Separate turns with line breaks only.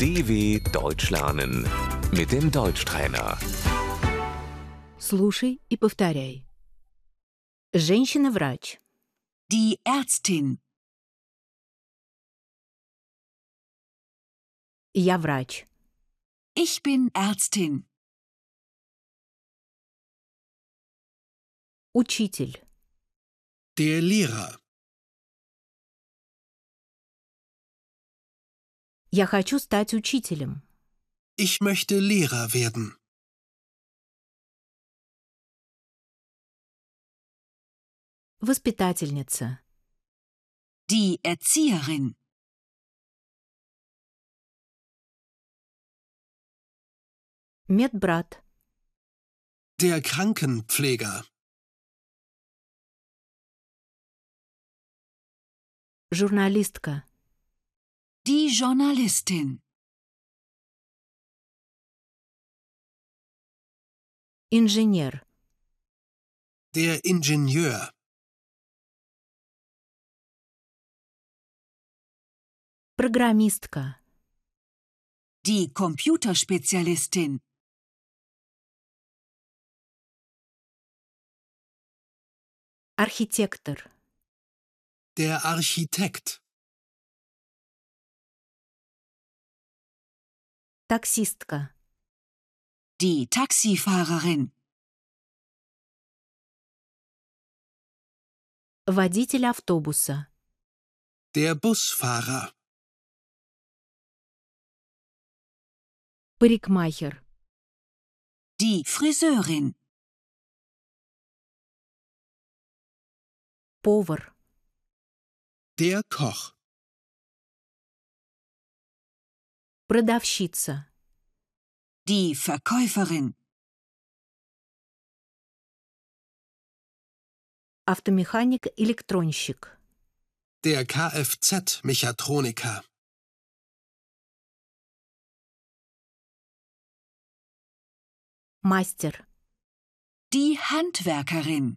DW Deutsch lernen mit dem Deutschtrainer.
Слушай и повторяй. Женщина-врач.
Die Ärztin.
Я врач.
Ich bin Ärztin.
Учитель.
Der Lehrer.
Я хочу стать учителем.
Ich möchte Lehrer werden.
Воспитательница.
Die Erzieherin.
Медбрат.
Der Krankenpfleger.
Журналистка.
Die Journalistin.
Инженер.
Der Ingenieur.
Программистка.
Die Computerspezialistin.
Архитектор.
Der Architekt.
Таксистка.
Die Taxifahrerin.
Водитель автобуса.
Der Busfahrer.
Парикмахер.
Die Friseurin.
Повар.
Der Koch.
Продавщица.
Die Verkäuferin.
Автомеханик-электронщик.
Der Kfz-Mechatroniker.
Мастер.
Die Handwerkerin.